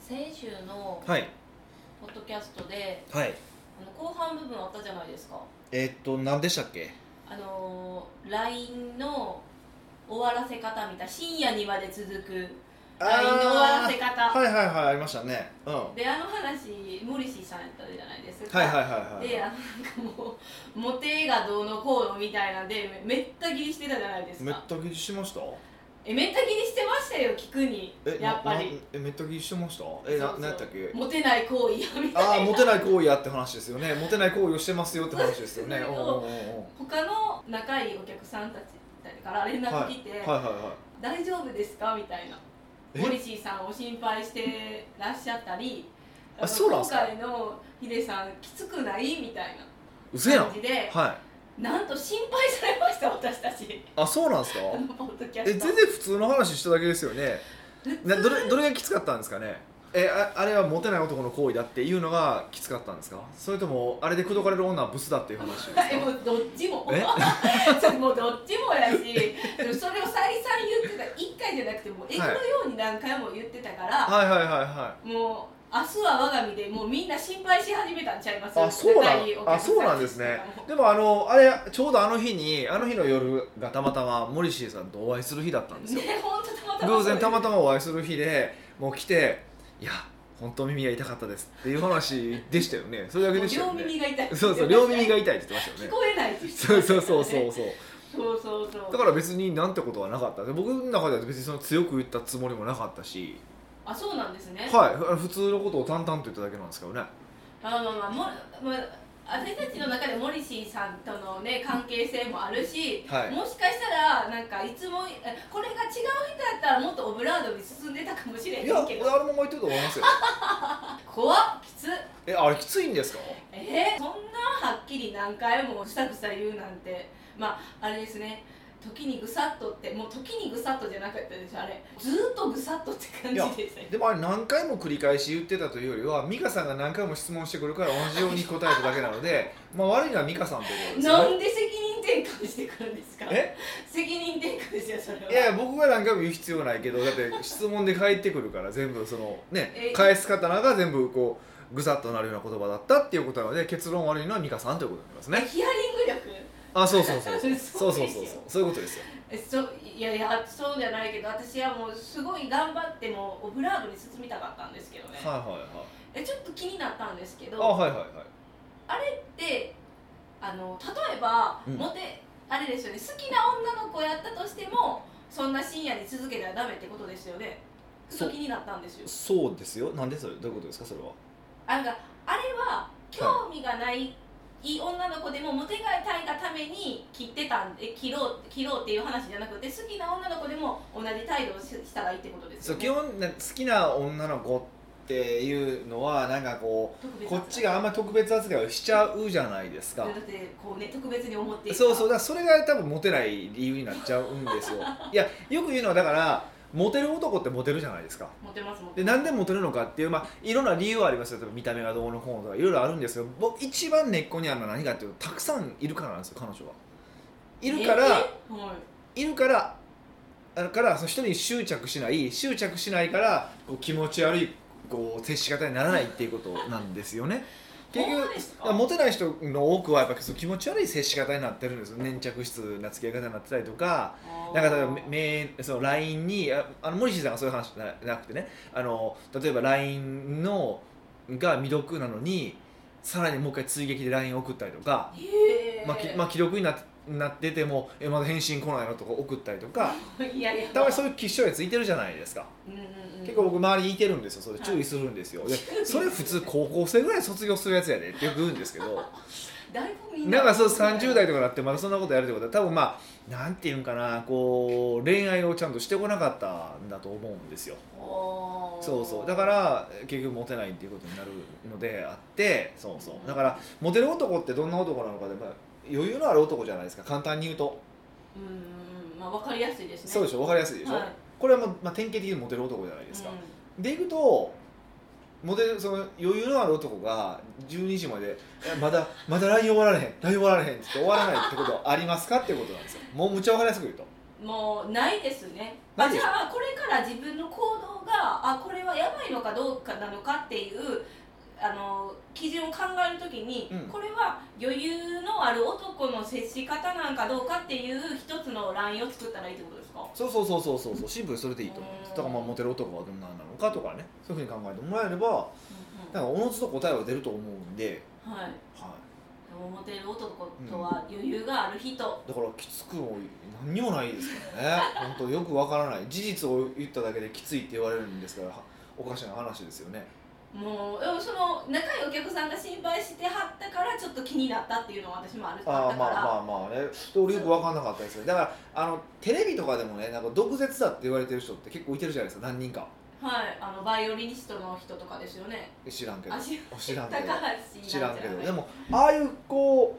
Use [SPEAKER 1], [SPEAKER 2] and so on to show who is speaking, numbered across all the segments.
[SPEAKER 1] 先週の
[SPEAKER 2] はい
[SPEAKER 1] ポッドキャストで
[SPEAKER 2] はい
[SPEAKER 1] あの後半部分あったじゃないですか
[SPEAKER 2] えーっと何でしたっけ
[SPEAKER 1] あのー LINE の終わらせ方みたいな深夜にまで続く LINE の終わらせ方、
[SPEAKER 2] はいはいはいありましたねうんは
[SPEAKER 1] であの話モリシーさんやったじゃないです
[SPEAKER 2] い
[SPEAKER 1] か、
[SPEAKER 2] はいはい
[SPEAKER 1] で
[SPEAKER 2] は
[SPEAKER 1] あのなんかもうモテがどうのこうのみたいなんでめめった切りしてたじゃないで
[SPEAKER 2] い
[SPEAKER 1] す
[SPEAKER 2] めっ
[SPEAKER 1] か
[SPEAKER 2] た切りしました
[SPEAKER 1] えめった切りしてましたよ聞くに
[SPEAKER 2] え
[SPEAKER 1] やっぱ
[SPEAKER 2] な
[SPEAKER 1] り
[SPEAKER 2] えめった切りしてました
[SPEAKER 1] そう
[SPEAKER 2] えな
[SPEAKER 1] そう
[SPEAKER 2] 何やったっけ
[SPEAKER 1] モテない行為やみたいな
[SPEAKER 2] ああモテない行為やって話ですよねモテない行為をしてますよって話です よね
[SPEAKER 1] そう
[SPEAKER 2] おうおうおうお
[SPEAKER 1] 他の仲いいお客さんたちから連絡来て、
[SPEAKER 2] うはいはいは
[SPEAKER 1] 大丈夫ですかみたいな
[SPEAKER 2] え
[SPEAKER 1] モリシーさんを心配してらっしゃったり
[SPEAKER 2] あそうなん
[SPEAKER 1] 今
[SPEAKER 2] すか
[SPEAKER 1] 回のヒデさんきつくないみたい
[SPEAKER 2] いうせ
[SPEAKER 1] な
[SPEAKER 2] や
[SPEAKER 1] 感
[SPEAKER 2] ん
[SPEAKER 1] じで、
[SPEAKER 2] はい
[SPEAKER 1] なんと心配されました私たち
[SPEAKER 2] あそうなんですか
[SPEAKER 1] あのポッドキャ
[SPEAKER 2] え
[SPEAKER 1] ス
[SPEAKER 2] 全
[SPEAKER 1] ト
[SPEAKER 2] 然普通の話しただけですよねなどれどれがきつかったんですかねえああれはモテない男の行為だっていうのがきつかったんですかそれともあれで口説かれる女はブスだっていう話ですか
[SPEAKER 1] えもうどっちも
[SPEAKER 2] え
[SPEAKER 1] そ れもうどっちもやしでもそれを再三言ってた1回じゃなくてもう英語のように何回も言ってたから、
[SPEAKER 2] はいはいはいは
[SPEAKER 1] もう明日は我が身でもうみんな心配し始めたんちゃいます
[SPEAKER 2] いあそう
[SPEAKER 1] 仲
[SPEAKER 2] な
[SPEAKER 1] いいお客
[SPEAKER 2] ん
[SPEAKER 1] さ
[SPEAKER 2] あそうなんですねでもあのあれちょうどあの日にあの日の夜がたまたまモリシーさんとお会いする日だった んですよ
[SPEAKER 1] ね本当たまたま
[SPEAKER 2] 偶然たまた
[SPEAKER 1] ま
[SPEAKER 2] まお会いする日でもう来て「いや本当耳が痛かったです」っていう話でしたよねそれだけでしたよ
[SPEAKER 1] 両
[SPEAKER 2] ね
[SPEAKER 1] 耳が痛い
[SPEAKER 2] そうそう両耳が痛いって言ってました
[SPEAKER 1] 聞
[SPEAKER 2] よね
[SPEAKER 1] こえないって言ってた
[SPEAKER 2] そうそうそうそうそう
[SPEAKER 1] そうそうそう
[SPEAKER 2] だから別になんてことはなかったで僕の中では別にその強く言ったつもりもなかったし、
[SPEAKER 1] あそうなんですね
[SPEAKER 2] はい、ふ普通のことを淡々と言っただけなんですけどね
[SPEAKER 1] あのまあもまあ私たちの中でモリシーさんとのね関係性もあるし、
[SPEAKER 2] はい
[SPEAKER 1] もしかしたらなんかいつもえこれが違う人だったらもっとオブラートに進んでたかもしれへん
[SPEAKER 2] いや
[SPEAKER 1] け
[SPEAKER 2] 俺
[SPEAKER 1] ど
[SPEAKER 2] あれも言ってると思いま すよ
[SPEAKER 1] 怖っきつ
[SPEAKER 2] えあれきついんですか
[SPEAKER 1] えー、そんなはっきり何回もぐさぐさ言うなんてまああれですね時にぐさっとってもう時にぐさっとじゃなかったでしょあれずーっとぐさっとって感じでしたね
[SPEAKER 2] でもあれ何回も繰り返し言ってたというよりは美香さんが何回も質問してくるから同じように答えただけなので まあ悪いのは美香さんということです
[SPEAKER 1] な
[SPEAKER 2] よ
[SPEAKER 1] ん
[SPEAKER 2] ね
[SPEAKER 1] で責任転換してくるんですか
[SPEAKER 2] え
[SPEAKER 1] 責任転換ですよそれはい
[SPEAKER 2] や僕が何回も言う必要ないけどだって質問で返ってくるから全部そのね
[SPEAKER 1] え
[SPEAKER 2] 返す刀が全部こうぐさっとなるような言葉だったっていうことなので結論悪いのは美香さんということになりますね
[SPEAKER 1] ヒアリング力
[SPEAKER 2] あそうそうそうそうそ
[SPEAKER 1] そ
[SPEAKER 2] うそうう
[SPEAKER 1] です
[SPEAKER 2] そ
[SPEAKER 1] よ
[SPEAKER 2] うそうそういうことですよ
[SPEAKER 1] えそいやいやそうじゃないけど私はもうすごい頑張ってもオブラートに進みたかったんですけどね、
[SPEAKER 2] はいはいはい
[SPEAKER 1] えちょっと気になったんですけど
[SPEAKER 2] あはいはいはい
[SPEAKER 1] であの例えば、
[SPEAKER 2] うん
[SPEAKER 1] モテあれですよね好きな女の子やったとしてもそんな深夜に続けたらダメってことですよねちょ
[SPEAKER 2] そ
[SPEAKER 1] っ
[SPEAKER 2] う
[SPEAKER 1] と気になったんですよ
[SPEAKER 2] そうですよなんでそれどういうことですかそれは
[SPEAKER 1] なんかあれは興味がない、いい女の子でもモテがたいがために切ってたんで切ろう切ろうっていう話じゃなくて好きな女の子でも同じ態度をししたらいいってことですよ
[SPEAKER 2] そう
[SPEAKER 1] ね
[SPEAKER 2] 基本な好きな女の子っていうのはなんかこ
[SPEAKER 1] 特
[SPEAKER 2] う
[SPEAKER 1] 別
[SPEAKER 2] こっちがあんまり特別扱いをしちゃうじゃないです
[SPEAKER 1] だ
[SPEAKER 2] か
[SPEAKER 1] ってこうね特別に思っている
[SPEAKER 2] そうそうだからそれが多分モテない理由になっちゃうんですよいやよく言うのはだからモテる男ってモテるじゃないですか
[SPEAKER 1] モテますモテ
[SPEAKER 2] でなんでモテるのかっていう、まあ、いろんな理由はありますよ例えば見た目がどうのこうのとかいろいろあるんですけど僕一番根っこにあるのは何かっていうとたくさんいるからなんですよ彼女は。いるか
[SPEAKER 1] え
[SPEAKER 2] ら
[SPEAKER 1] えはい
[SPEAKER 2] るからだからその人に執着しない執着しないからこう気持ち悪いこう接し方にならないっていうことなんですよ ね。結
[SPEAKER 1] ほんま
[SPEAKER 2] 局
[SPEAKER 1] ですか
[SPEAKER 2] だからモテない人の多くはやっぱそう気持ち悪い接し方になってるんですよ粘着質な付き合い方になってたりとか。
[SPEAKER 1] い
[SPEAKER 2] なんか例えばめめその LINE にああの森氏さんがそういう話じゃなくてねあの例えば LINE のが未読なのにさらにもう一回追撃で LINE 送ったりとか、
[SPEAKER 1] へえ
[SPEAKER 2] まあきまあ、既読にななっててもえまだ返信来ないのとか送ったりとか
[SPEAKER 1] いやいや
[SPEAKER 2] たまにそういう気象やついてるじゃないですか、
[SPEAKER 1] うんうんうん
[SPEAKER 2] 結構僕周りにいてるんですよそれ
[SPEAKER 1] はい
[SPEAKER 2] 注意するんですよ、でそれ普通高校生ぐらい卒業するやつやでってよく言うんですけど。
[SPEAKER 1] だいぶみんな
[SPEAKER 2] なんかそう30代とかになってまだそんなことやるってことは多分まあなんていうんかなこう恋愛をちゃんとしてこなかったんだと思うんですよ
[SPEAKER 1] おー
[SPEAKER 2] そうそうだから結局モテないっていうことになるのであってそうそうだからモテる男ってどんな男なのかで、まあ、余裕のある男じゃないですか簡単に言うと
[SPEAKER 1] うんうんうんまあわかりやすいですね
[SPEAKER 2] そうでしょ分かりやすいでしょ、
[SPEAKER 1] はい
[SPEAKER 2] これはもう、まあ、典型的にモテる男じゃないですか、
[SPEAKER 1] う
[SPEAKER 2] でいくとモデルその余裕のある男が12時まで「えまだまだ LINE 終わられへん LINE 終わられへん」って言って終わらないってことありますかっていうことなんですよもうむっちゃ分かりやすく言うと
[SPEAKER 1] んもうないですね
[SPEAKER 2] な
[SPEAKER 1] あ
[SPEAKER 2] いで
[SPEAKER 1] じ
[SPEAKER 2] しょ
[SPEAKER 1] ゃあこれから自分の行動があこれはやばいのかどうかなのかっていうあの基準を考えるときに、
[SPEAKER 2] うん
[SPEAKER 1] これは余裕のある男の接し方なんかどうかっていう一つのラインを作ったらいいってことですか
[SPEAKER 2] そうそうそうそうそうそうシンプルにそれでいいと思う
[SPEAKER 1] うん
[SPEAKER 2] だからまあモテる男はどんなんなのかとかねそういうふうに考えてもらえれば
[SPEAKER 1] うん
[SPEAKER 2] だからおのずと答えは出ると思うんで、
[SPEAKER 1] うんはい
[SPEAKER 2] は
[SPEAKER 1] モテる男とは余裕がある人、
[SPEAKER 2] い、だからきつくも何にもないですからね本当よくわからない事実を言っただけできついって言われるんですからはおかしな話ですよね
[SPEAKER 1] もうでもその仲いいお客さんが心配してはったからちょっと気になったっていうのは私もある
[SPEAKER 2] あ
[SPEAKER 1] あった
[SPEAKER 2] あ
[SPEAKER 1] か
[SPEAKER 2] ま
[SPEAKER 1] ら、
[SPEAKER 2] あまあまあねで俺よく分かんなかったですねだからあのテレビとかでもねなんか毒舌だって言われてる人って結構いてるじゃないですか何人か
[SPEAKER 1] はいあのバイオリニストの人とかですよね
[SPEAKER 2] 知らんけど
[SPEAKER 1] あ知
[SPEAKER 2] 知ら
[SPEAKER 1] 高
[SPEAKER 2] んけど
[SPEAKER 1] 橋
[SPEAKER 2] 知らんけどで
[SPEAKER 1] も
[SPEAKER 2] もああいうこ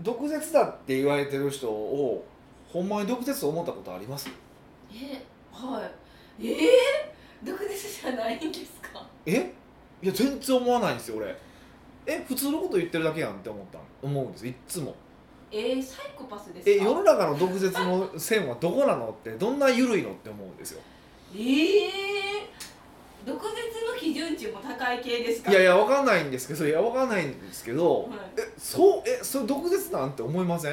[SPEAKER 2] う毒舌だって言われてる人をほんまに毒舌と思ったことあります
[SPEAKER 1] えはいえー、毒舌じゃないんですか
[SPEAKER 2] えいや全然思わないんですよ俺え普通のこと言ってるだけやんって思った思うんですいっつも
[SPEAKER 1] えー、サイコパスですか
[SPEAKER 2] え世の中の毒舌の線はどこなのってどんな緩いのって思うんですよ
[SPEAKER 1] えー、毒舌の基準値も高い系ですか
[SPEAKER 2] いやい
[SPEAKER 1] や、
[SPEAKER 2] やわかんないんですけどいやわかんないんですけど
[SPEAKER 1] はい
[SPEAKER 2] えそうえそれ毒舌なんて思いません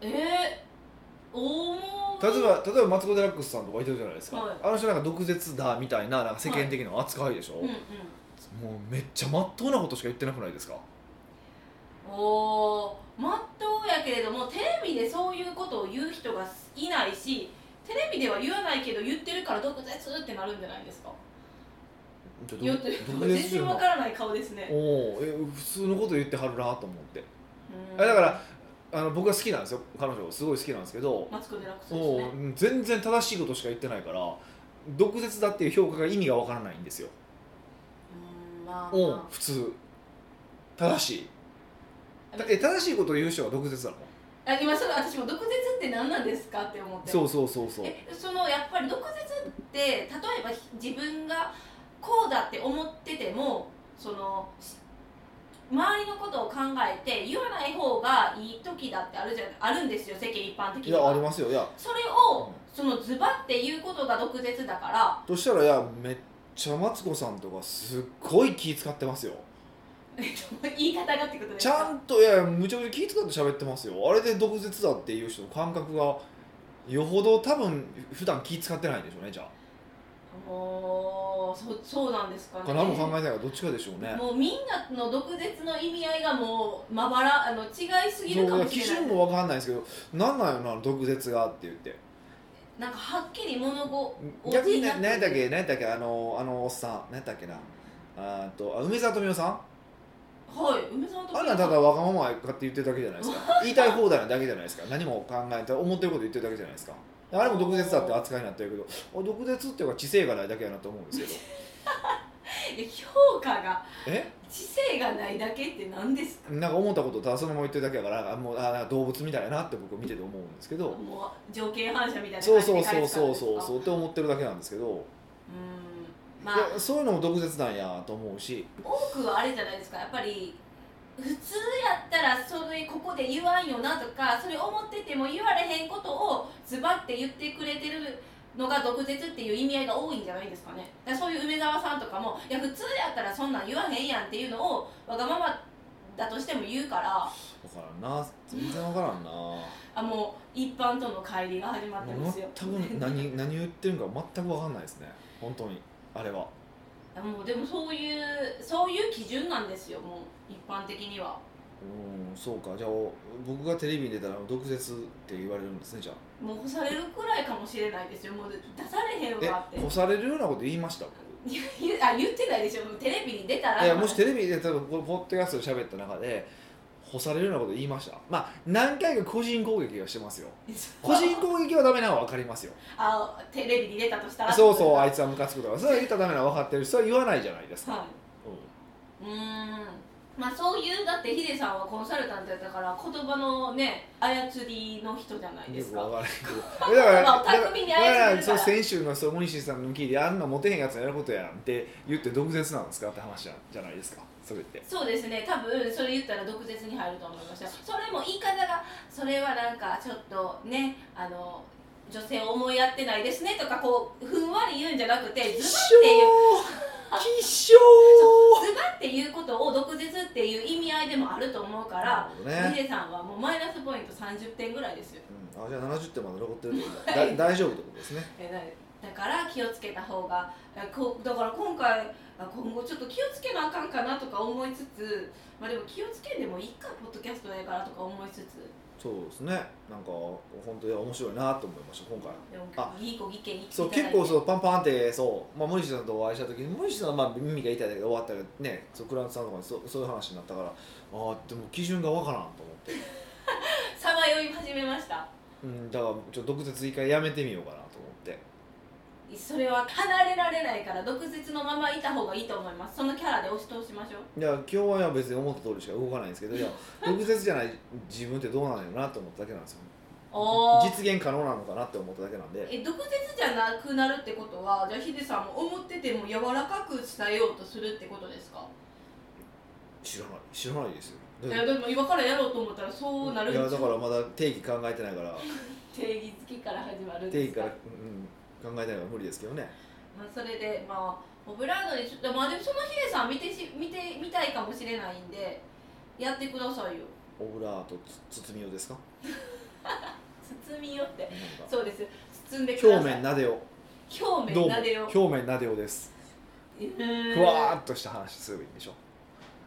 [SPEAKER 2] 例え
[SPEAKER 1] えー、おー
[SPEAKER 2] ば例えばマツコ・デラックスさんとかいてるじゃないですか、
[SPEAKER 1] はい
[SPEAKER 2] あの人なんか毒舌だみたいななんか世間的な扱いでしょ、
[SPEAKER 1] うんうん
[SPEAKER 2] もうめっちゃまっとうなことしか言ってなくないですか
[SPEAKER 1] おーまっとうやけれどもテレビでそういうことを言う人がいないしテレビでは言わないけど言ってるから毒舌ってなるんじゃないですか言ってる
[SPEAKER 2] 毒舌
[SPEAKER 1] 全
[SPEAKER 2] じゃ
[SPEAKER 1] 然わ
[SPEAKER 2] な
[SPEAKER 1] からない顔ですね
[SPEAKER 2] おおえ普通のこと言ってはるなと思って
[SPEAKER 1] うん
[SPEAKER 2] あだからあの僕が好きなんですよ彼女すごい好きなんですけど、
[SPEAKER 1] マツコ・デラックスです
[SPEAKER 2] お
[SPEAKER 1] ね
[SPEAKER 2] ううん全然正しいことしか言ってないから毒舌だっていう評価が意味がわからないんですよ、
[SPEAKER 1] うんまあ
[SPEAKER 2] おう
[SPEAKER 1] ま
[SPEAKER 2] 普通正しいだえ正しいことを言う人が毒舌だもん
[SPEAKER 1] ああ今それ私も毒舌って何なんですかって思って
[SPEAKER 2] そうそうそうそう
[SPEAKER 1] えそのやっぱり毒舌って例えば自分がこうだって思っててもそのし周りのことを考えて言わない方がいい時だってあるじゃあるんですよ世間一般的
[SPEAKER 2] い
[SPEAKER 1] に
[SPEAKER 2] やあり
[SPEAKER 1] は
[SPEAKER 2] ますよいや
[SPEAKER 1] それを
[SPEAKER 2] うん
[SPEAKER 1] そのズバって言うことが毒舌だから
[SPEAKER 2] そしたらいやめっちゃマツコさんとかすっごい気使ってますよ
[SPEAKER 1] えっと言い方がってことです
[SPEAKER 2] ちゃ
[SPEAKER 1] か
[SPEAKER 2] んといやむちゃむちゃ気使って喋ってますよあれで毒舌だっていう人の感覚がよほど多分普段気使ってないんでしょうねじゃあ
[SPEAKER 1] もうそそうなんですかね
[SPEAKER 2] 他何も考えないからどっちかでしょうね
[SPEAKER 1] もうみんなの毒舌の意味合いがもうまばらあの違いすぎるか
[SPEAKER 2] そう
[SPEAKER 1] もし
[SPEAKER 2] 基
[SPEAKER 1] れない
[SPEAKER 2] 準も分かんないですけど何なんやろな毒舌がって言って
[SPEAKER 1] なんかはっきり物語
[SPEAKER 2] 逆に
[SPEAKER 1] な
[SPEAKER 2] な何やったっけ何やったっけあのあのおっさん何やったっけなあーっとあ梅沢富美男さん
[SPEAKER 1] はい梅沢と
[SPEAKER 2] あんなんただわがままやかって言ってるだけじゃないですか言いたい放題なだけじゃないですか何も考えて思ってること言ってるだけじゃないですかあれも毒舌だって扱いになってるけどあ毒舌っていうか知性がないだけやなと思うんですけど
[SPEAKER 1] いや評価が
[SPEAKER 2] え
[SPEAKER 1] 知性がないだけって何ですか
[SPEAKER 2] なんか思ったことをただそのまま言ってるだけやからあもうあなんか動物みたいやなって僕見てて思うんですけど
[SPEAKER 1] もう条件反射みたいな
[SPEAKER 2] そう
[SPEAKER 1] 感じ
[SPEAKER 2] そう
[SPEAKER 1] で
[SPEAKER 2] そうそうそう
[SPEAKER 1] う
[SPEAKER 2] そうって思ってるだけなんですけど、
[SPEAKER 1] うんま
[SPEAKER 2] いや
[SPEAKER 1] あ
[SPEAKER 2] そういうのも毒舌なんやと思うし
[SPEAKER 1] 多くはあれじゃないですかやっぱり普通やったらそれここで言わんよなとかそれ思ってても言われへんことをズバって言ってくれてるのが毒舌っていう意味合いが多いんじゃないですかねだからそういう梅沢さんとかもいや普通やったらそんなん言わへんやんっていうのをわがままだとしても言うから
[SPEAKER 2] 分からんな全然分からんな
[SPEAKER 1] あもう一般との乖離が始まって
[SPEAKER 2] も
[SPEAKER 1] ま
[SPEAKER 2] う
[SPEAKER 1] すよ。
[SPEAKER 2] 全く何何言ってるんか全く分かんないですね本当にあれは。
[SPEAKER 1] もうでもそういうそういう基準なんですよもう一般的には
[SPEAKER 2] うんそうかじゃあお僕がテレビに出たら毒舌って言われるんですねじゃあ
[SPEAKER 1] もう干されるくらいかもしれないですよもう出されへんわって
[SPEAKER 2] え干されるようなこと言いました
[SPEAKER 1] 言う あ言ってないでしょもうテレビに出たら
[SPEAKER 2] いや もしテレビで多分このポッドキャストで喋った中で干されるようなこと言いましたまあ何回か個人攻撃はしてますよ個人攻撃はダメなのは分かりますよ
[SPEAKER 1] あテレビに出たとしたら
[SPEAKER 2] そうそうあ
[SPEAKER 1] はい
[SPEAKER 2] いつはムカつくとかそれは言ったらダメなのは分かってるそれは言わないじゃないですか、
[SPEAKER 1] うーんまあそういうだってヒデさんはコンサルタントやったから言葉のね操りの人じゃないです
[SPEAKER 2] よく
[SPEAKER 1] か
[SPEAKER 2] わからんけどだから
[SPEAKER 1] まあ
[SPEAKER 2] だから
[SPEAKER 1] 巧みに操れるから
[SPEAKER 2] だからそう先週のそう森進さんの聞いてあんなモテへんやつやることやんって言って毒舌なんですかって話じゃじゃないですかそれ って
[SPEAKER 1] そうですね多分それ言ったら毒舌に入ると思いましたそれも言い方がそれはなんかちょっとねあの女性を思いやってないですねとかこうふんわり言うんじゃなくてズバッ
[SPEAKER 2] 希
[SPEAKER 1] て言う
[SPEAKER 2] 希少
[SPEAKER 1] ズバッていうことを毒舌っていう意味合いでもあると思うから
[SPEAKER 2] ね
[SPEAKER 1] ヒデさんはもうマイナスポイント30点ぐらいですよ
[SPEAKER 2] うん、あじゃあ70点まで残ってるってことだ大丈夫ってことですね
[SPEAKER 1] えだだから気をつけた方があこだから今回あ今後ちょっと気をつけなあかんかなとか思いつつまあでも気をつけんでもいいかポッドキャストやからとか思いつつ
[SPEAKER 2] そうですねなんか本当に面白いなと思いました今回
[SPEAKER 1] でも
[SPEAKER 2] あ
[SPEAKER 1] いいご意見いただいて
[SPEAKER 2] そう結構そうパンパンってそう、まあ、森下さんとお会いした時に森下さんはまあ耳が痛いだけで終わったけどねそうクライアントさんとかにそうそういう話になったからああでも基準がわからんと思って、
[SPEAKER 1] さまよい始めました
[SPEAKER 2] うん、だからちょっと毒舌一回やめてみようかなと思って
[SPEAKER 1] それは離れられないから毒舌のままいた方がいいと思いますそのキャラで押し通しましょう
[SPEAKER 2] いや今日は別に思った通りしか動かないんですけどいや毒舌じゃない自分ってどうなのよなと思っただけなん ですよ
[SPEAKER 1] おー
[SPEAKER 2] 実現可能なのかなって思っただけなんで
[SPEAKER 1] え毒舌じゃなくなるってことはじゃあヒデさんも思ってても柔らかく伝えようとするってことですか
[SPEAKER 2] 知らない知らないですよ
[SPEAKER 1] い
[SPEAKER 2] だ
[SPEAKER 1] や
[SPEAKER 2] か
[SPEAKER 1] でも今からやろうと思ったらそうな
[SPEAKER 2] ら
[SPEAKER 1] るん
[SPEAKER 2] い
[SPEAKER 1] で
[SPEAKER 2] や
[SPEAKER 1] す
[SPEAKER 2] だ
[SPEAKER 1] よ
[SPEAKER 2] からまだ定義考えてないから
[SPEAKER 1] 定義付きから始まるん
[SPEAKER 2] 定
[SPEAKER 1] で
[SPEAKER 2] 義
[SPEAKER 1] す
[SPEAKER 2] か、
[SPEAKER 1] から
[SPEAKER 2] うん、考えてないから無理ですけどね
[SPEAKER 1] まあ、それでまあオブラードにちょっとまあでもそのヒデさん見てし見てみたいかもしれないんでやってくださ いよ
[SPEAKER 2] オブラートつ包みようですか
[SPEAKER 1] 包みよって
[SPEAKER 2] なんか
[SPEAKER 1] そうです包んでくだ
[SPEAKER 2] 表
[SPEAKER 1] さい
[SPEAKER 2] 面なでよ
[SPEAKER 1] 表
[SPEAKER 2] どう
[SPEAKER 1] 面
[SPEAKER 2] も
[SPEAKER 1] なでよ
[SPEAKER 2] 表面なでよですふ
[SPEAKER 1] ふ
[SPEAKER 2] わーっとした話すればいいんでしょ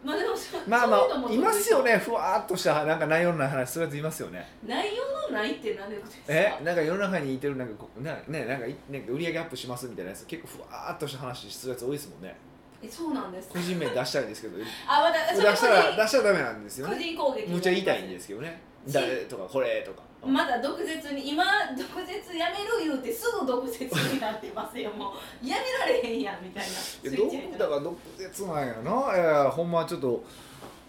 [SPEAKER 1] まあでもそう
[SPEAKER 2] まあま
[SPEAKER 1] そういうのも
[SPEAKER 2] あいますよねふわーっとしたなんか内容のない話するやついますよね
[SPEAKER 1] 内容のないって何でことですか
[SPEAKER 2] えなんか世の中にいてるなんかこうなねなんかいなんか売り上げアップしますみたいなやつ結構ふわーっとした話するやつ多いですもんね
[SPEAKER 1] えそうなんです
[SPEAKER 2] 個人名出したいんですけど出
[SPEAKER 1] あまたそれ
[SPEAKER 2] したら
[SPEAKER 1] 個
[SPEAKER 2] 出したらダメなんですよね
[SPEAKER 1] 人個人攻撃
[SPEAKER 2] むっちゃ言いたいんですすけどね
[SPEAKER 1] し
[SPEAKER 2] 誰とかこれとか、
[SPEAKER 1] まだ毒舌に今毒舌やめる言うてすぐ毒舌になってますよもうやめられへんやんみたいない
[SPEAKER 2] や
[SPEAKER 1] スイ
[SPEAKER 2] ど
[SPEAKER 1] ッ
[SPEAKER 2] う
[SPEAKER 1] チ入れた
[SPEAKER 2] だから毒舌なんやないやいやほんまちょっと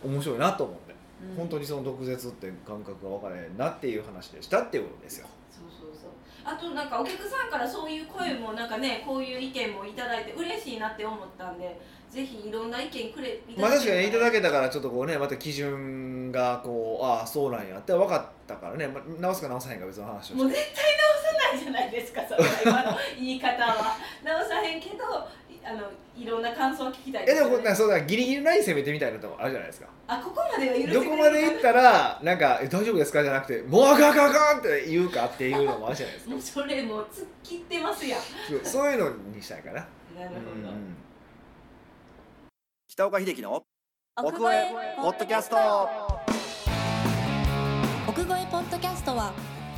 [SPEAKER 2] 面白いなと思って、
[SPEAKER 1] うん
[SPEAKER 2] 本当にその毒舌っていう感覚が分からへんなっていう話でしたっていうことですよ
[SPEAKER 1] そうそうそうあとなんかお客さんからそういう声もなんかねこういう意見もいただいて嬉しいなって思ったんでぜひいろんな意見くれい
[SPEAKER 2] まあ確かにいただ
[SPEAKER 1] け
[SPEAKER 2] けたからちょっとこうねまた基準がこうああそうなんやって分かったからね、まあ、直すか直さへんか別の話をして
[SPEAKER 1] もう絶対直さないじゃないですかそれは今の言い方は直さへんけどあのいろんな感想を聞きたい
[SPEAKER 2] え
[SPEAKER 1] で
[SPEAKER 2] です
[SPEAKER 1] よ
[SPEAKER 2] も
[SPEAKER 1] ね
[SPEAKER 2] こんなそうだギリギリライン攻めてみたいなとこあるじゃないですか
[SPEAKER 1] あここまでは許してくれる
[SPEAKER 2] どこまで行ったらなんか「え大丈夫ですか?」じゃなくて「もうあかんあかんあかん」って言うかっていうのもあるじ ゃないです
[SPEAKER 1] もうそれもう突っ切ってますやん
[SPEAKER 2] かそうそういうのにしたいかな
[SPEAKER 1] なるほど
[SPEAKER 2] 北岡秀樹の
[SPEAKER 3] 奥越えポッドキャスト奥越えポッドキャストは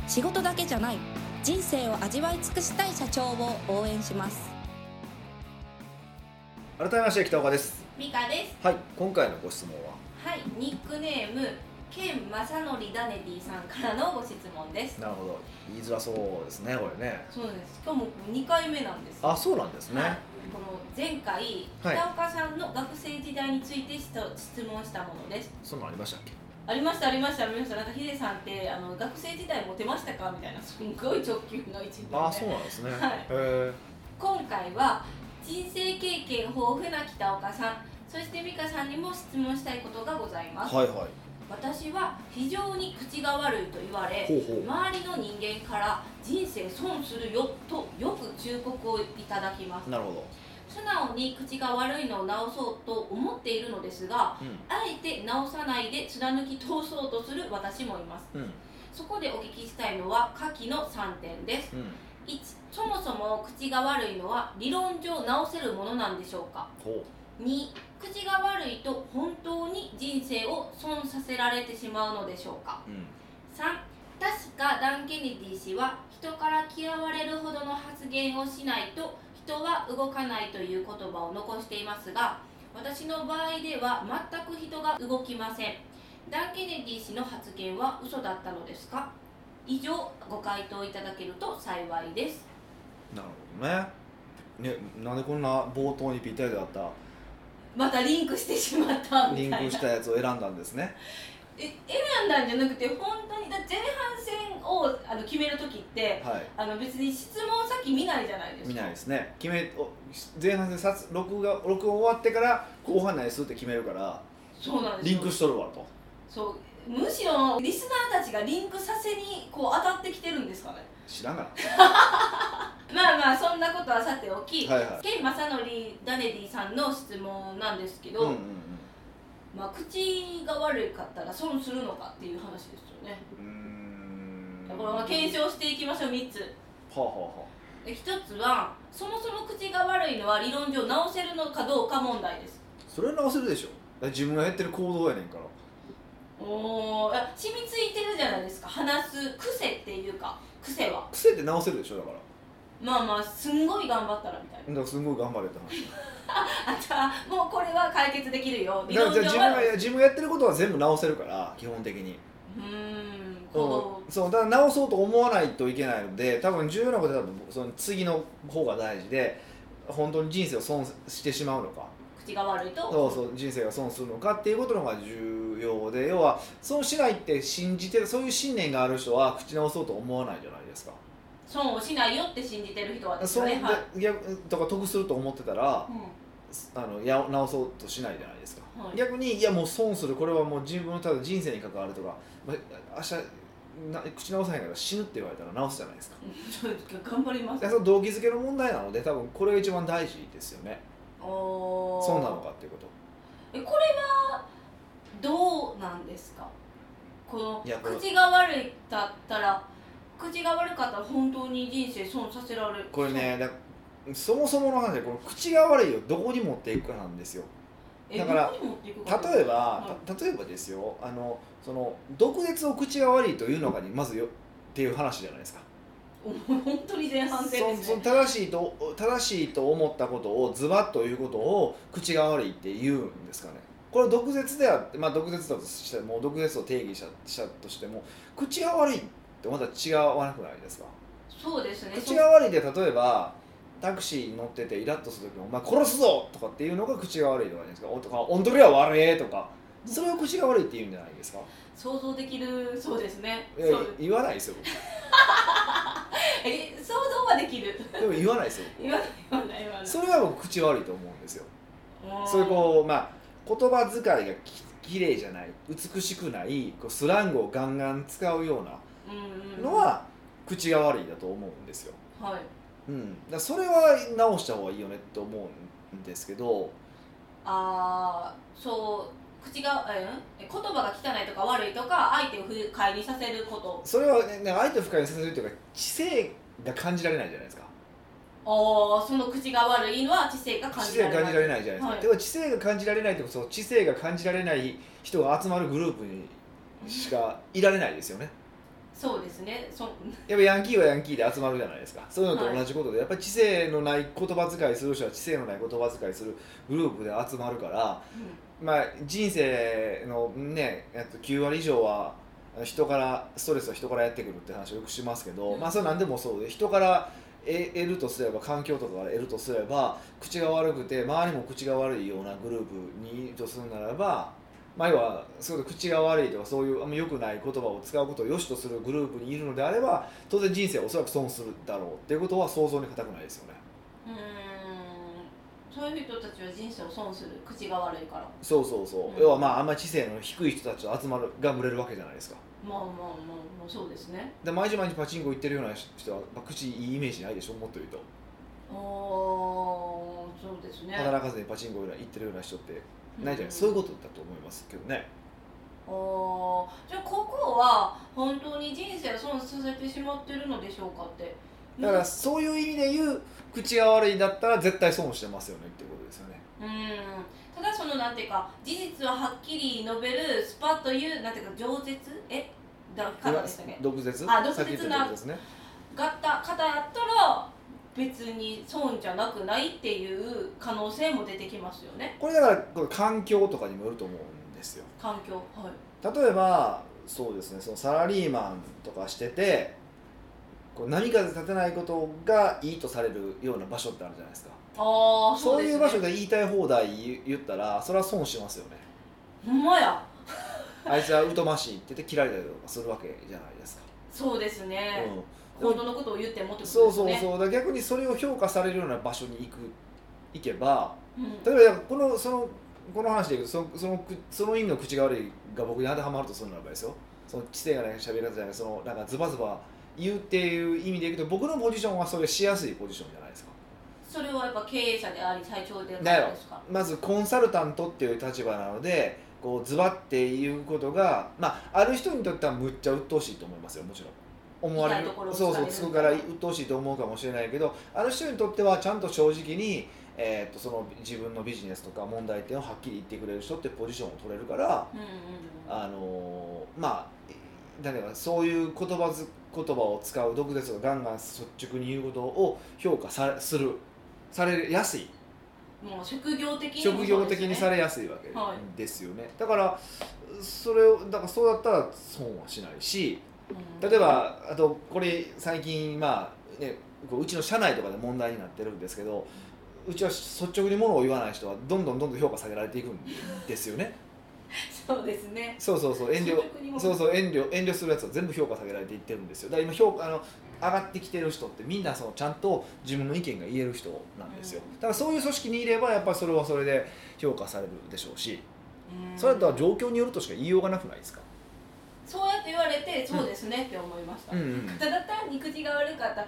[SPEAKER 3] 仕事だけじゃない人生を味わい尽くしたい社長を応援します
[SPEAKER 2] 改めまして北岡です
[SPEAKER 1] ミカです
[SPEAKER 2] はい今回のご質問は
[SPEAKER 1] はいニックネームケンマサノリダネディさんからのご質問です
[SPEAKER 2] なるほど言いづらそうですねこれね
[SPEAKER 1] そうです今日も2回目なんですよ
[SPEAKER 2] あそうなんですね、
[SPEAKER 1] はい、この前回
[SPEAKER 2] はい
[SPEAKER 1] 北岡さんの学生時代についてした質問したものです、
[SPEAKER 2] そんなんありましたっけ
[SPEAKER 1] ありましたありましたありましたなんかヒデさんってあの学生時代モテましたかみたいなすんごい直球の一問
[SPEAKER 2] あ
[SPEAKER 1] で
[SPEAKER 2] そうなんですね、
[SPEAKER 1] はい
[SPEAKER 2] へえ
[SPEAKER 1] 今回は人生経験豊富な北岡さんそして美香さんにも質問したいことがございます、
[SPEAKER 2] はいはい
[SPEAKER 1] 私は非常に口が悪いと言われ
[SPEAKER 2] ほうほう
[SPEAKER 1] 周りの人間から人生損するよとよく忠告をいただきます
[SPEAKER 2] なるほど、
[SPEAKER 1] 素直に口が悪いのを直そうと思っているのですが
[SPEAKER 2] う
[SPEAKER 1] あえて直さないで貫き通そうとする私もいます
[SPEAKER 2] んうん
[SPEAKER 1] そこでお聞きしたいのは下記の3点です
[SPEAKER 2] うん
[SPEAKER 1] 1そもそも口が悪いのは理論上直せるものなんでしょうか
[SPEAKER 2] ほ
[SPEAKER 1] 2口が悪いと本当に人生を損させられてしまうのでしょうか
[SPEAKER 2] う、うん、
[SPEAKER 1] 3確かダン・ケネディ氏は人から嫌われるほどの発言をしないと人は動かないという言葉を残していますが私の場合では全く人が動きませんダン・ケネディ氏の発言は嘘だったのですか以上ご回答いただけると幸いです
[SPEAKER 2] なるほどねねなんでこんな冒頭にぴったりだった
[SPEAKER 1] またリンクしてしまったみ
[SPEAKER 2] リン
[SPEAKER 1] たい
[SPEAKER 2] ク
[SPEAKER 1] な
[SPEAKER 2] したやつを選んだんですね
[SPEAKER 1] え選んだんじゃなくて本当にだ前半戦をあの決める時って
[SPEAKER 2] はい
[SPEAKER 1] あの別に質問先見ないじゃないですか
[SPEAKER 2] 見ないですね決めお前半戦さつ録画録音終わってから後半何するって決めるから
[SPEAKER 1] そうなんです
[SPEAKER 2] リ
[SPEAKER 1] よ
[SPEAKER 2] ンクしとるわと
[SPEAKER 1] そうむしろリスナーたちがリンクさせにこう当たってきてるんですかね
[SPEAKER 2] 知らんが
[SPEAKER 1] まあまあそんなことはさておき、
[SPEAKER 2] はいはい
[SPEAKER 1] ケン・マサノリ・ダネディさんの質問なんですけ
[SPEAKER 2] な
[SPEAKER 1] ど、
[SPEAKER 2] うんうん
[SPEAKER 1] まあ、口が悪かったら損するのかっていう話ですよね
[SPEAKER 2] うんうーん
[SPEAKER 1] これは検証していきましょう3つ
[SPEAKER 2] はあはあは
[SPEAKER 1] で一つはそもそも口が悪いのは理論上直せるのかどうか問題です
[SPEAKER 2] あそれは直せるでしょだから自分がやってる行動やねんから
[SPEAKER 1] おーあ染みついてるじゃないですか話す癖っていうか癖は
[SPEAKER 2] 癖って直せるでしょだから
[SPEAKER 1] まあまあすんごい頑張ったらみたいな
[SPEAKER 2] だからすごい頑張れって話
[SPEAKER 1] あじゃあもうこれは解決できるよ理
[SPEAKER 2] だか
[SPEAKER 1] 論
[SPEAKER 2] らじゃ
[SPEAKER 1] 上
[SPEAKER 2] あ自分
[SPEAKER 1] は
[SPEAKER 2] が自分がやってることは全部直せるから基本的に
[SPEAKER 1] うーんこ
[SPEAKER 2] うんそうだから直そうと思わないといけないので多分重要なことは多分その次の方が大事で本当に人生を損してしまうのか
[SPEAKER 1] う口が悪いと
[SPEAKER 2] そうそう人生が損するのかっていうことの方が重要で要は損しないって信じてるそういう信念がある人は口直そうと思わないじゃないですか
[SPEAKER 1] 損をしないよって信じてる人はです
[SPEAKER 2] 損
[SPEAKER 1] よ
[SPEAKER 2] で
[SPEAKER 1] ねはい、
[SPEAKER 2] 逆とか得すると思ってたら
[SPEAKER 1] うん
[SPEAKER 2] あのや直そうとしないじゃないですか
[SPEAKER 1] はい
[SPEAKER 2] 逆にいやもう損するこれはもう自分のただ人生に関わるとかまあ明日な口直さないから死ぬって言われたら直すじゃないですか
[SPEAKER 1] ちょっと頑張りま
[SPEAKER 2] だから
[SPEAKER 1] す
[SPEAKER 2] その動機づけの問題なので多分これが一番大事ですよね
[SPEAKER 1] おー
[SPEAKER 2] 損なのかっていうこと
[SPEAKER 1] えこれはどうなんですかこの
[SPEAKER 2] いやこれ
[SPEAKER 1] 口が悪いだったら口が悪かったら本当に人生損させられる
[SPEAKER 2] これねだそもそもの話でこの口が悪いをどこに持っていくかなんですよ
[SPEAKER 1] え
[SPEAKER 2] だから
[SPEAKER 1] どこに持っていくか
[SPEAKER 2] 例えば、
[SPEAKER 1] は
[SPEAKER 2] た例えばですよあのその毒舌を口が悪いというのかにまずよっていう話じゃないですか
[SPEAKER 1] お 本当に前半戦
[SPEAKER 2] そ
[SPEAKER 1] で
[SPEAKER 2] ん
[SPEAKER 1] す
[SPEAKER 2] その
[SPEAKER 1] ね
[SPEAKER 2] 正しいと正しいと思ったことをズバッということを口が悪いって言うんですかねこれ毒舌であって、まあ、毒舌だとしても毒舌を定義したしたとしても口が悪いってまた違わなくないですか
[SPEAKER 1] そうですね
[SPEAKER 2] 口が悪いで例えばタクシーに乗っててイラッとする時も「お前殺すぞ!」とかっていうのが口が悪いとかじゃないですかおとか「おんどりは悪い!」とかそれを口が悪いって言うんじゃないですか
[SPEAKER 1] 想像できるそうですね
[SPEAKER 2] いやいや
[SPEAKER 1] そう
[SPEAKER 2] 言わないですよ
[SPEAKER 1] え想像はできる
[SPEAKER 2] 僕でも言わないですよ
[SPEAKER 1] 言わない言わない言わない
[SPEAKER 2] それは僕口悪いと思うんですよ
[SPEAKER 1] うん
[SPEAKER 2] そういうこうまあ言葉遣いがききれいじゃない美しくないこうスラングをガンガン使うような
[SPEAKER 1] うんうん
[SPEAKER 2] のは口が悪いだと思うんですよ、
[SPEAKER 1] はい
[SPEAKER 2] うん、だからそれは直した方がいいよねって思うんですけど
[SPEAKER 1] あーそう口が、うん、言葉が汚いとか悪いとか相手を不快にさせること
[SPEAKER 2] それはねね相手を不快にさせるというか知性が感じられないじゃないですか
[SPEAKER 1] おーその口が悪いのは知性が
[SPEAKER 2] 知
[SPEAKER 1] 感じ
[SPEAKER 2] 性
[SPEAKER 1] ら
[SPEAKER 2] が
[SPEAKER 1] れ
[SPEAKER 2] 感
[SPEAKER 1] ない
[SPEAKER 2] じられないじゃないですか、
[SPEAKER 1] はい
[SPEAKER 2] でも知性が感じられないってことは知性が感じられない人が集まるグループにしかいられないですよね
[SPEAKER 1] そうですねそ
[SPEAKER 2] やっぱヤンキーはヤンキーで集まるじゃないですかそういうのと同じことで、やっぱり知性のない言葉遣いする人は知性のない言葉遣いするグループで集まるから、まあ、人生のねえっと9割以上はあの人からストレスは人からやってくるって話をよくしますけど、
[SPEAKER 1] うん
[SPEAKER 2] まあそれは何でもそうで人から得得るとすれば環境とかから得るとすれば口が悪くて周りも口が悪いようなグループにいるとするならば。まあ、要はそういう口が悪いとかそういうあんま良くない言葉を使うことを良しとするグループにいるのであれば当然人生はおそらく損するだろうっていうことは想像に難くないですよね
[SPEAKER 1] うんうーんそういう人たちは人生を損する口が悪いから
[SPEAKER 2] そうそうそう、
[SPEAKER 1] うん
[SPEAKER 2] 要はまああんまり知性の低い人たちと集まるが群れるわけじゃないですか
[SPEAKER 1] まあまあまあまあそうですね
[SPEAKER 2] で毎日毎日パチンコ行ってるような人は、まあ、口いいイメージないでしょもっと言うと
[SPEAKER 1] おーそうですね
[SPEAKER 2] 働かずにパチンコ行ってるような人ってないじゃない、
[SPEAKER 1] うん
[SPEAKER 2] そういうことだと思いますけどね
[SPEAKER 1] おーじゃあここは本当に人生を損させてしまってるのでしょうかって
[SPEAKER 2] だからそういう意味で言う口が悪いだったら絶対損してますよねっていうことですよね
[SPEAKER 1] うんただそのなんていうか事実をはっきり述べるスパッというなんていうか饒舌えだ方でしたっけ
[SPEAKER 2] 毒舌
[SPEAKER 1] あ毒舌な
[SPEAKER 2] さっき言った毒舌ね
[SPEAKER 1] がった方やったら別に損じゃなくないっていう可能性も出てきますよね
[SPEAKER 2] これだからこれ環境とかにもよると思うんですよ
[SPEAKER 1] 環境はい
[SPEAKER 2] 例えばそうですねそのサラリーマンとかしててこう波風立てないことがいいとされるような場所ってあるじゃないですか
[SPEAKER 1] ああ
[SPEAKER 2] そういう場所
[SPEAKER 1] で
[SPEAKER 2] で言いたい放題言言ったらそれは損しますよね
[SPEAKER 1] すねほんまや
[SPEAKER 2] あいつは疎ましいって言って嫌いだりとかするわけじゃないですか、
[SPEAKER 1] そうですね、
[SPEAKER 2] うん
[SPEAKER 1] 本当のことを言ってもってことです
[SPEAKER 2] そ
[SPEAKER 1] ね
[SPEAKER 2] うそうそうだから逆にそれを評価されるような場所に行く行けば
[SPEAKER 1] うん、
[SPEAKER 2] 例えばこのそのこの話でいくとそのそのくその意味の口が悪いが僕に当てはまるとするならばですよその知性がない喋り方じゃないそのなんかズバズバ言うっていう意味でいくと僕のポジションはそれしやすいポジションじゃないですか
[SPEAKER 1] それはやっぱ経営者であり社長であ
[SPEAKER 2] だよ
[SPEAKER 1] りですか
[SPEAKER 2] まずコンサルタントっていう立場なのでこうズバっていうことが、まあ、ある人にとってはむっちゃ鬱陶しいと思いますよもちろん思われる
[SPEAKER 1] 痛いところを
[SPEAKER 2] そうそう
[SPEAKER 1] 伝える
[SPEAKER 2] つくから鬱陶しいと思うかもしれないけどある人にとってはちゃんと正直に、えー、とその自分のビジネスとか問題点をはっきり言ってくれる人ってポジションを取れるから、
[SPEAKER 1] うんうん
[SPEAKER 2] あのーまあだからそういう言葉ず言葉を使う毒舌をガンガン率直に言うことを評価さするされやすい
[SPEAKER 1] うんもう職業的にもそうで
[SPEAKER 2] 職
[SPEAKER 1] すね
[SPEAKER 2] 業的にされやすいわけ
[SPEAKER 1] は
[SPEAKER 2] ですよね、だからそれをだからそうだったら損はしないし
[SPEAKER 1] うん
[SPEAKER 2] 例えばあとこれ最近まあねこううちの社内とかで問題になってるんですけどうちは率直にものを言わない人はどんどんどんどん評価下げられていくんで すよね
[SPEAKER 1] そうですね
[SPEAKER 2] そうそうそう遠慮
[SPEAKER 1] 職にも
[SPEAKER 2] そうそう遠慮遠慮するやつは全部評価下げられていってるんですよだから今評価あの上がってきてる人ってみんなそのちゃんと自分の意見が言える人なんですよ、
[SPEAKER 1] うん
[SPEAKER 2] だからそういう組織にいればやっぱりそれはそれで評価されるでしょうし、
[SPEAKER 1] うん
[SPEAKER 2] それとは状況によるとしか言いようがなくないですか、
[SPEAKER 1] そうやって言われてそうですねって思いました、
[SPEAKER 2] うんうん
[SPEAKER 1] ただ単に口が悪かった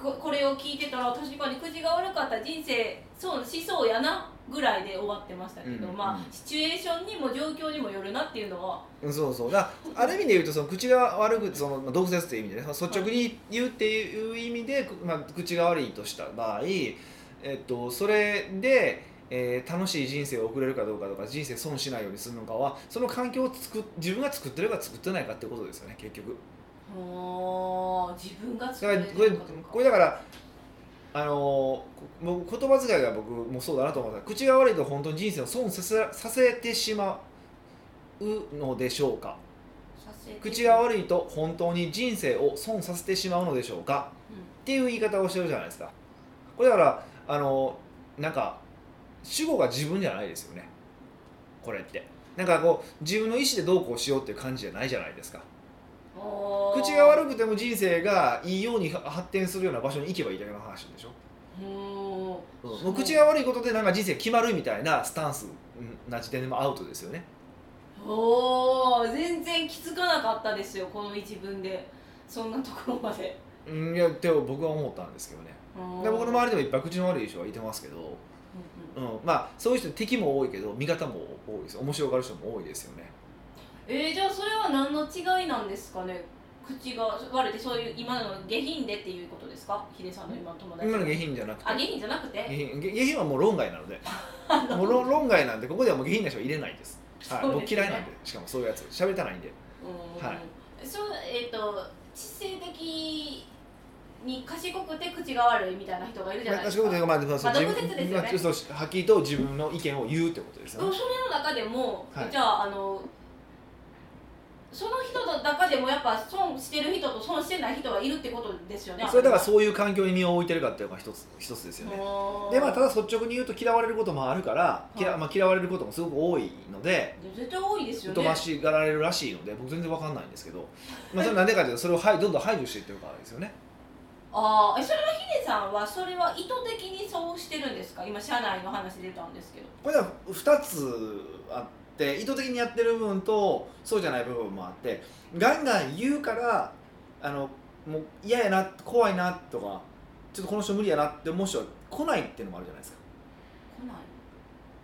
[SPEAKER 1] ここれを聞いてたら確かに口が悪かった人生そうしそうやなぐらいで終わってましたけど、
[SPEAKER 2] うん
[SPEAKER 1] ま
[SPEAKER 2] うん
[SPEAKER 1] あシチュエーションにも状況にもよるなっていうのは
[SPEAKER 2] うんそうそうだからある意味で言うとその口が悪くそのまあ毒舌という意味でねその率直に言うっていう意味で、まあ、口が悪いとした場合、えっと、それで、えー楽しい人生を送れるかどうかとか人生損しないようにするのかはその環境を作っ自分が作ってるか作ってないかってことですよね結局
[SPEAKER 1] もう自分が
[SPEAKER 2] だ
[SPEAKER 1] 作
[SPEAKER 2] か
[SPEAKER 1] れ
[SPEAKER 2] ら
[SPEAKER 1] る
[SPEAKER 2] これ
[SPEAKER 1] のか
[SPEAKER 2] これだからあのーこもう言葉遣いが僕もそうだなと思った口が悪いと本当に人生を損させさせてしまうのでしょうか口が
[SPEAKER 1] い、
[SPEAKER 2] 悪いと本当に人生を損させてしまうのでしょうかっていう言い方をしてるじゃないですかこれだからあのなんか主語が自分じゃないですよねこれってなんかこう自分の意思でどうこうしようっていう感じじゃないじゃないですか
[SPEAKER 1] うんおー
[SPEAKER 2] 口が悪くても人生がいいように発展するような場所に行けばいいだけの話でしょ
[SPEAKER 1] うん
[SPEAKER 2] もう口が悪いことでなんか人生決まるみたいなスタンスな時点でもアウトですよね
[SPEAKER 1] おー全然気づかなかったですよこの一文でそんなところまで
[SPEAKER 2] うんいやって僕は思ったんですけどね
[SPEAKER 1] うん
[SPEAKER 2] で僕の周りでもいっぱい口の悪い人はいてますけど、
[SPEAKER 1] うんうん
[SPEAKER 2] うん、まあそういう人敵も多いけど味方も多いです面白がる人も多いですよね
[SPEAKER 1] えー、じゃあそれは何の違いなんですかね口が割れてそういう今の下品でっていうことですかヒデさんの今の友達
[SPEAKER 2] 今の下品じゃなくて
[SPEAKER 1] あ下品じゃなくて
[SPEAKER 2] 下品下下品はもう論外なの でもう論論外なんでここではもう下品な人は入れないです、はい
[SPEAKER 1] そうですね
[SPEAKER 2] 僕嫌いなんでしかもそういうやつ喋りたないんで
[SPEAKER 1] うん、
[SPEAKER 2] はい
[SPEAKER 1] そうえっ、と知性的に賢くて口が悪いみたいな人がいるじゃないですか
[SPEAKER 2] まあまあまあそう
[SPEAKER 1] まあ
[SPEAKER 2] 自分
[SPEAKER 1] 毒舌ですよね
[SPEAKER 2] まあそうはっきりと自分の意見を言うってことです
[SPEAKER 1] で
[SPEAKER 2] よ
[SPEAKER 1] も
[SPEAKER 2] ね
[SPEAKER 1] それの中でも、
[SPEAKER 2] はい
[SPEAKER 1] じゃああのその人の中でもやっぱ損してる人と損してない人がいるってことですよね
[SPEAKER 2] それだからそういう環境に身を置いてるかっていうのが一つ一つですよね
[SPEAKER 1] う
[SPEAKER 2] でまあただ率直に言うと嫌われることもあるから、嫌まあ、嫌われることもすごく多いので、
[SPEAKER 1] 絶対多いですよね
[SPEAKER 2] 疎ましがられるらしいので僕全然わかんないんですけど、まあ、それなんでかというとそれをはいどんどん排除していってるからですよね
[SPEAKER 1] ああそれはヒデさんはそれは意図的にそうしてるんですか今社内の話出たんですけど
[SPEAKER 2] これは2つあって意図的にやってる部分とそうじゃない部分もあってガンガン言うからあのもう嫌やな怖いなとかちょっとこの人無理やなって思う人は来ないっていうのもあるじゃないですか
[SPEAKER 1] 来ない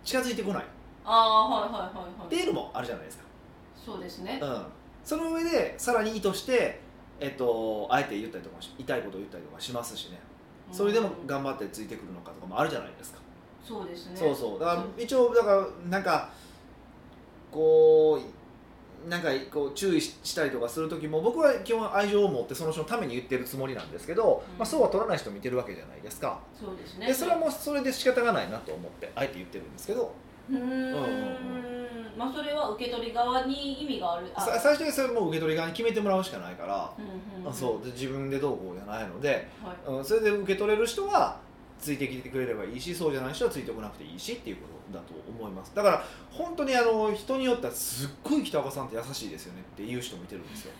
[SPEAKER 2] 近づいてこないっ
[SPEAKER 1] ああはいはいはいはい
[SPEAKER 2] ていうのもあるじゃないですか
[SPEAKER 1] そうですね
[SPEAKER 2] うん、その上でさらに意図して、えっと、あえて言ったりとかし痛いことを言ったりとかしますしねそれでも
[SPEAKER 1] うん
[SPEAKER 2] 頑張ってついてくるのかとかもあるじゃないですか、
[SPEAKER 1] そうですね
[SPEAKER 2] そうそうだから一応だからなんかこうなんかこう注意ししたりとかする時も僕は基本愛情を持ってその人のために言ってるつもりなんですけど、
[SPEAKER 1] うん
[SPEAKER 2] まあ、そうは取らない人もいてるわけじゃないですか
[SPEAKER 1] そうですね
[SPEAKER 2] でそれはもうそれで仕方がないなと思ってあえて言ってるんですけど
[SPEAKER 1] うーん
[SPEAKER 2] うんうん
[SPEAKER 1] まあそれは受け取り側に意味があるあ
[SPEAKER 2] さ最初にそれもう受け取り側に決めてもらうしかないから、
[SPEAKER 1] うんうん
[SPEAKER 2] あそうで自分でどうこうじゃないので、
[SPEAKER 1] はい
[SPEAKER 2] うん、それで受け取れる人はついてきてくれればいいしそうじゃない人はついてこなくていいしっていうことだと思いますだから本当にあの人によってはすっごい北岡さんって優しいですよねっていう人もいてるんですよ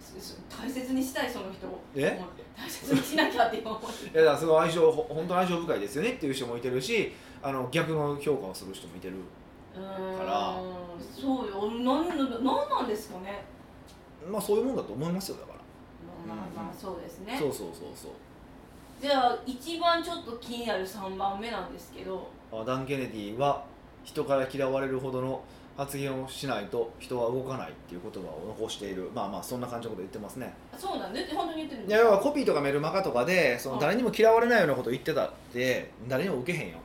[SPEAKER 1] すす大切にしたいその人を
[SPEAKER 2] え
[SPEAKER 1] 思って大切にしなきゃって今思って
[SPEAKER 2] いやだからすごい相性ほ本当に相性深いですよねっていう人もいてるしあの逆の評価をする人もいてる
[SPEAKER 1] うーん
[SPEAKER 2] から
[SPEAKER 1] そうよなんなんなんですかね
[SPEAKER 2] まあそういうもんだと思いますよだか
[SPEAKER 1] まあまあまあそうですね
[SPEAKER 2] らそうそうそうそう
[SPEAKER 1] じゃあ一番ちょっと気になる3番目なんですけど
[SPEAKER 2] あダン・ケネディは人から嫌われるほどの発言をしないと人は動かないっていう言葉を残しているまあまあそんな感じのこと言ってますね
[SPEAKER 1] そうなんで本当に言ってるん
[SPEAKER 2] い
[SPEAKER 1] で
[SPEAKER 2] や
[SPEAKER 1] す
[SPEAKER 2] 要はコピーとかメルマガとかでその
[SPEAKER 1] うん
[SPEAKER 2] 誰にも嫌われないようなことを言ってたって誰にも受けへんよ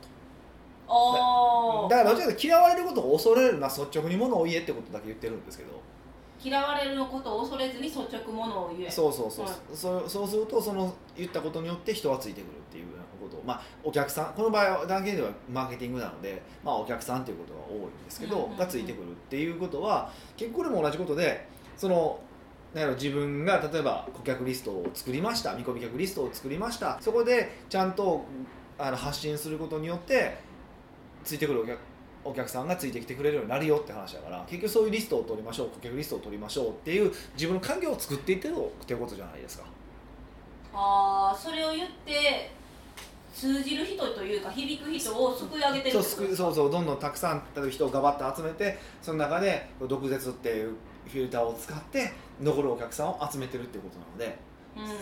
[SPEAKER 1] あ
[SPEAKER 2] とだ
[SPEAKER 1] あ
[SPEAKER 2] からどちらかというと嫌われることを恐れるな率直にものを言えってことだけ言ってるんですけど
[SPEAKER 1] 嫌われることを恐れずに率直ものを言え
[SPEAKER 2] そうそうそう、
[SPEAKER 1] はい
[SPEAKER 2] そうそうするとその言ったことによって人はついてくるっていうようなことをまあお客さんこの場合は断言ではマーケティングなので、まあ、お客さんっていうことが多いんですけど、
[SPEAKER 1] うんうんうん
[SPEAKER 2] がついてくるっていうことは結構これも同じことでそのなんやろ自分が例えば顧客リストを作りました見込み客リストを作りましたそこでちゃんとあの発信することによってついてくるお客お客さんがついてきてくれるようになるよって話だから結局そういうリストを取りましょう顧客リストを取りましょうっていう自分の環境を作っていってるってことじゃないですか
[SPEAKER 1] ああそれを言って通じる人というか響く人をすくい上げてるってこと
[SPEAKER 2] そう
[SPEAKER 1] ですす
[SPEAKER 2] くそうそうどんどんたくさん例えば人をガバッと集めてその中で毒舌っていうフィルターを使って残るお客さんを集めてるってことなので、
[SPEAKER 1] うん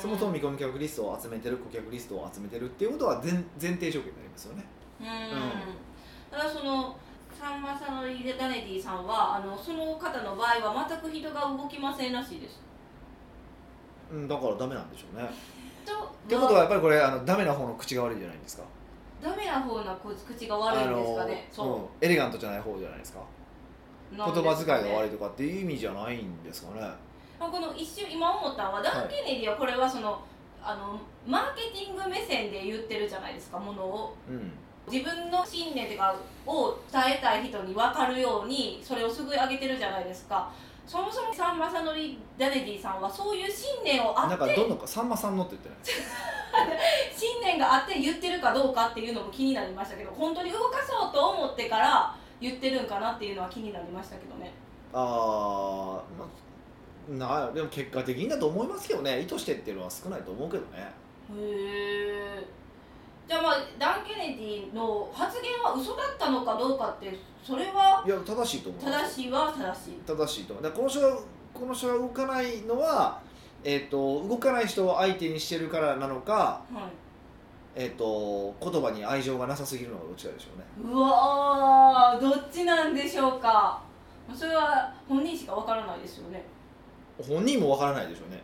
[SPEAKER 2] そもそも見込み客リストを集めてる顧客リストを集めてるっていうことは前前提条件になりますよね
[SPEAKER 1] うんだからそのさんまさんのイデダネディさんはあのその方の場合は全く人が動きませんらしいです
[SPEAKER 2] うんだからダメなんでしょうね
[SPEAKER 1] と
[SPEAKER 2] ってことはやっぱりこれあのダメな方の口が悪いじゃないんですか
[SPEAKER 1] ダメな方なこ口が悪いんですかね、
[SPEAKER 2] あの
[SPEAKER 1] そ
[SPEAKER 2] うんエレガントじゃない方じゃないですか
[SPEAKER 1] う
[SPEAKER 2] 言葉遣いが悪い
[SPEAKER 1] い
[SPEAKER 2] とかっていう意味じゃないんですかね
[SPEAKER 1] この一瞬今思ったのはダン・ケネディはこれはその、あのマーケティング目線で言ってるじゃないですかものを
[SPEAKER 2] うん
[SPEAKER 1] 自分の信念とかを伝えたい人に分かるようにそれをすぐ上げてるじゃないですかそもそもさんまさのりダネディさんはそういう信念をあ
[SPEAKER 2] なん
[SPEAKER 1] っ
[SPEAKER 2] か
[SPEAKER 1] て
[SPEAKER 2] どんどんかさんまさんのって言ってない
[SPEAKER 1] 信念があって言ってるかどうかっていうのも気になりましたけど本当に動かそうと思ってから言ってるんかなっていうのは気になりましたけどね
[SPEAKER 2] あーまあなでも結果的にだと思いますけどね意図してっていうのは少ないと思うけどね
[SPEAKER 1] へえじゃあまあダン・ケネディの発言は嘘だったのかどうかってそれはい
[SPEAKER 2] や正しいと思います
[SPEAKER 1] 正しいは正しい
[SPEAKER 2] 正しいと思うだからこの人がこの人が動かないのは、えっと動かない人を相手にしてるからなのか、
[SPEAKER 1] はい
[SPEAKER 2] えっと言葉に愛情がなさすぎるのがどっちかでしょうね
[SPEAKER 1] うわーどっちなんでしょうかそれは本人しかわからないですよね
[SPEAKER 2] 本人もわからないでしょうね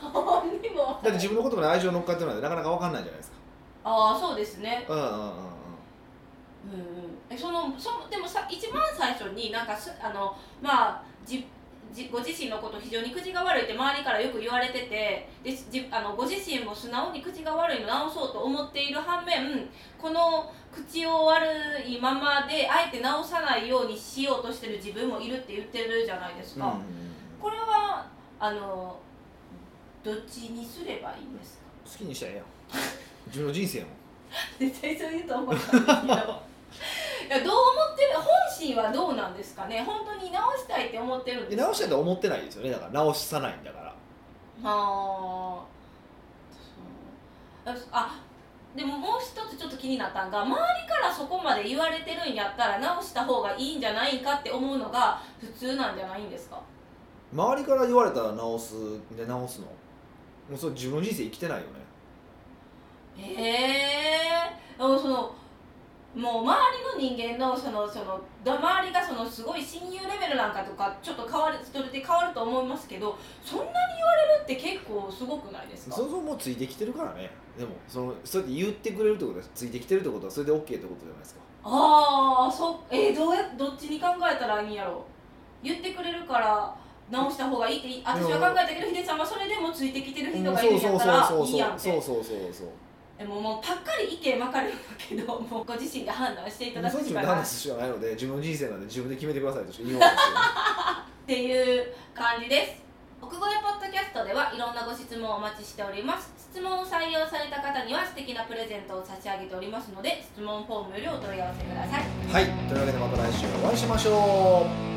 [SPEAKER 1] 本人も
[SPEAKER 2] だって自分の言葉に愛情乗っかってるのでなかなかわかんないじゃないですか
[SPEAKER 1] ああそうですね
[SPEAKER 2] うんうんうんうん
[SPEAKER 1] うんうんえそのそのでもさ一番最初になんかすあのまあじじご自身のこと非常に口が悪いって周りからよく言われててでじあのご自身も素直に口が悪いの直そうと思っている反面この口を悪いままであえて直さないようにしようとしてる自分もいるって言ってるじゃないです
[SPEAKER 2] うん
[SPEAKER 1] か、
[SPEAKER 2] うんうん
[SPEAKER 1] これはあのどっちにすればいいんですか
[SPEAKER 2] 好きにしたらええやん自分の人生やもん
[SPEAKER 1] 絶対そう言うと思ったんですけどいやどう思ってる本心はどうなんですかね本当に直したいって思ってるん
[SPEAKER 2] で
[SPEAKER 1] ですか
[SPEAKER 2] 直したいとは思ってないですよねだから直さないんだから
[SPEAKER 1] あーそうあでももう一つちょっと気になったんが周りからそこまで言われてるんやったら直した方がいいんじゃないかって思うのが普通なんじゃないんですか
[SPEAKER 2] 周りから言われたら直すで直すのもうそれ自分の人生生きてないよね
[SPEAKER 1] へえでもそのもう周りの人間のそのそのだ周りがそのすごい親友レベルなんかとかちょっと変わるそれで変わると思いますけどそんなに言われるって結構すごくないですか
[SPEAKER 2] そもそももうついてきてるからねでもそのそうやって言ってくれるってことはついてきてるってことはそれで OK ってことじゃないですか
[SPEAKER 1] ああそえーどうやどっちに考えたらいいんやろ言ってくれるから直した方がいいってい私は考えたけどヒデさんはそれでもついてきてる人がいるんやったら
[SPEAKER 2] そう
[SPEAKER 1] いいやんって
[SPEAKER 2] そうそうそうそうそうそう
[SPEAKER 1] えもうもうパッカリ意見分かるんだけどもうご自身で判断していただ
[SPEAKER 2] そう
[SPEAKER 1] くし
[SPEAKER 2] 自分
[SPEAKER 1] か
[SPEAKER 2] で
[SPEAKER 1] ない
[SPEAKER 2] 話すしかないので自分の人生なんで自分で決めてくださいとしか言いようがないですよね
[SPEAKER 1] っていう感じです奥越えポッドキャストではいろんなご質問をお待ちしております質問を採用された方には素敵なプレゼントを差し上げておりますので質問フォームよりお問い合わせください
[SPEAKER 2] はいというわけでまた来週お会いしましょう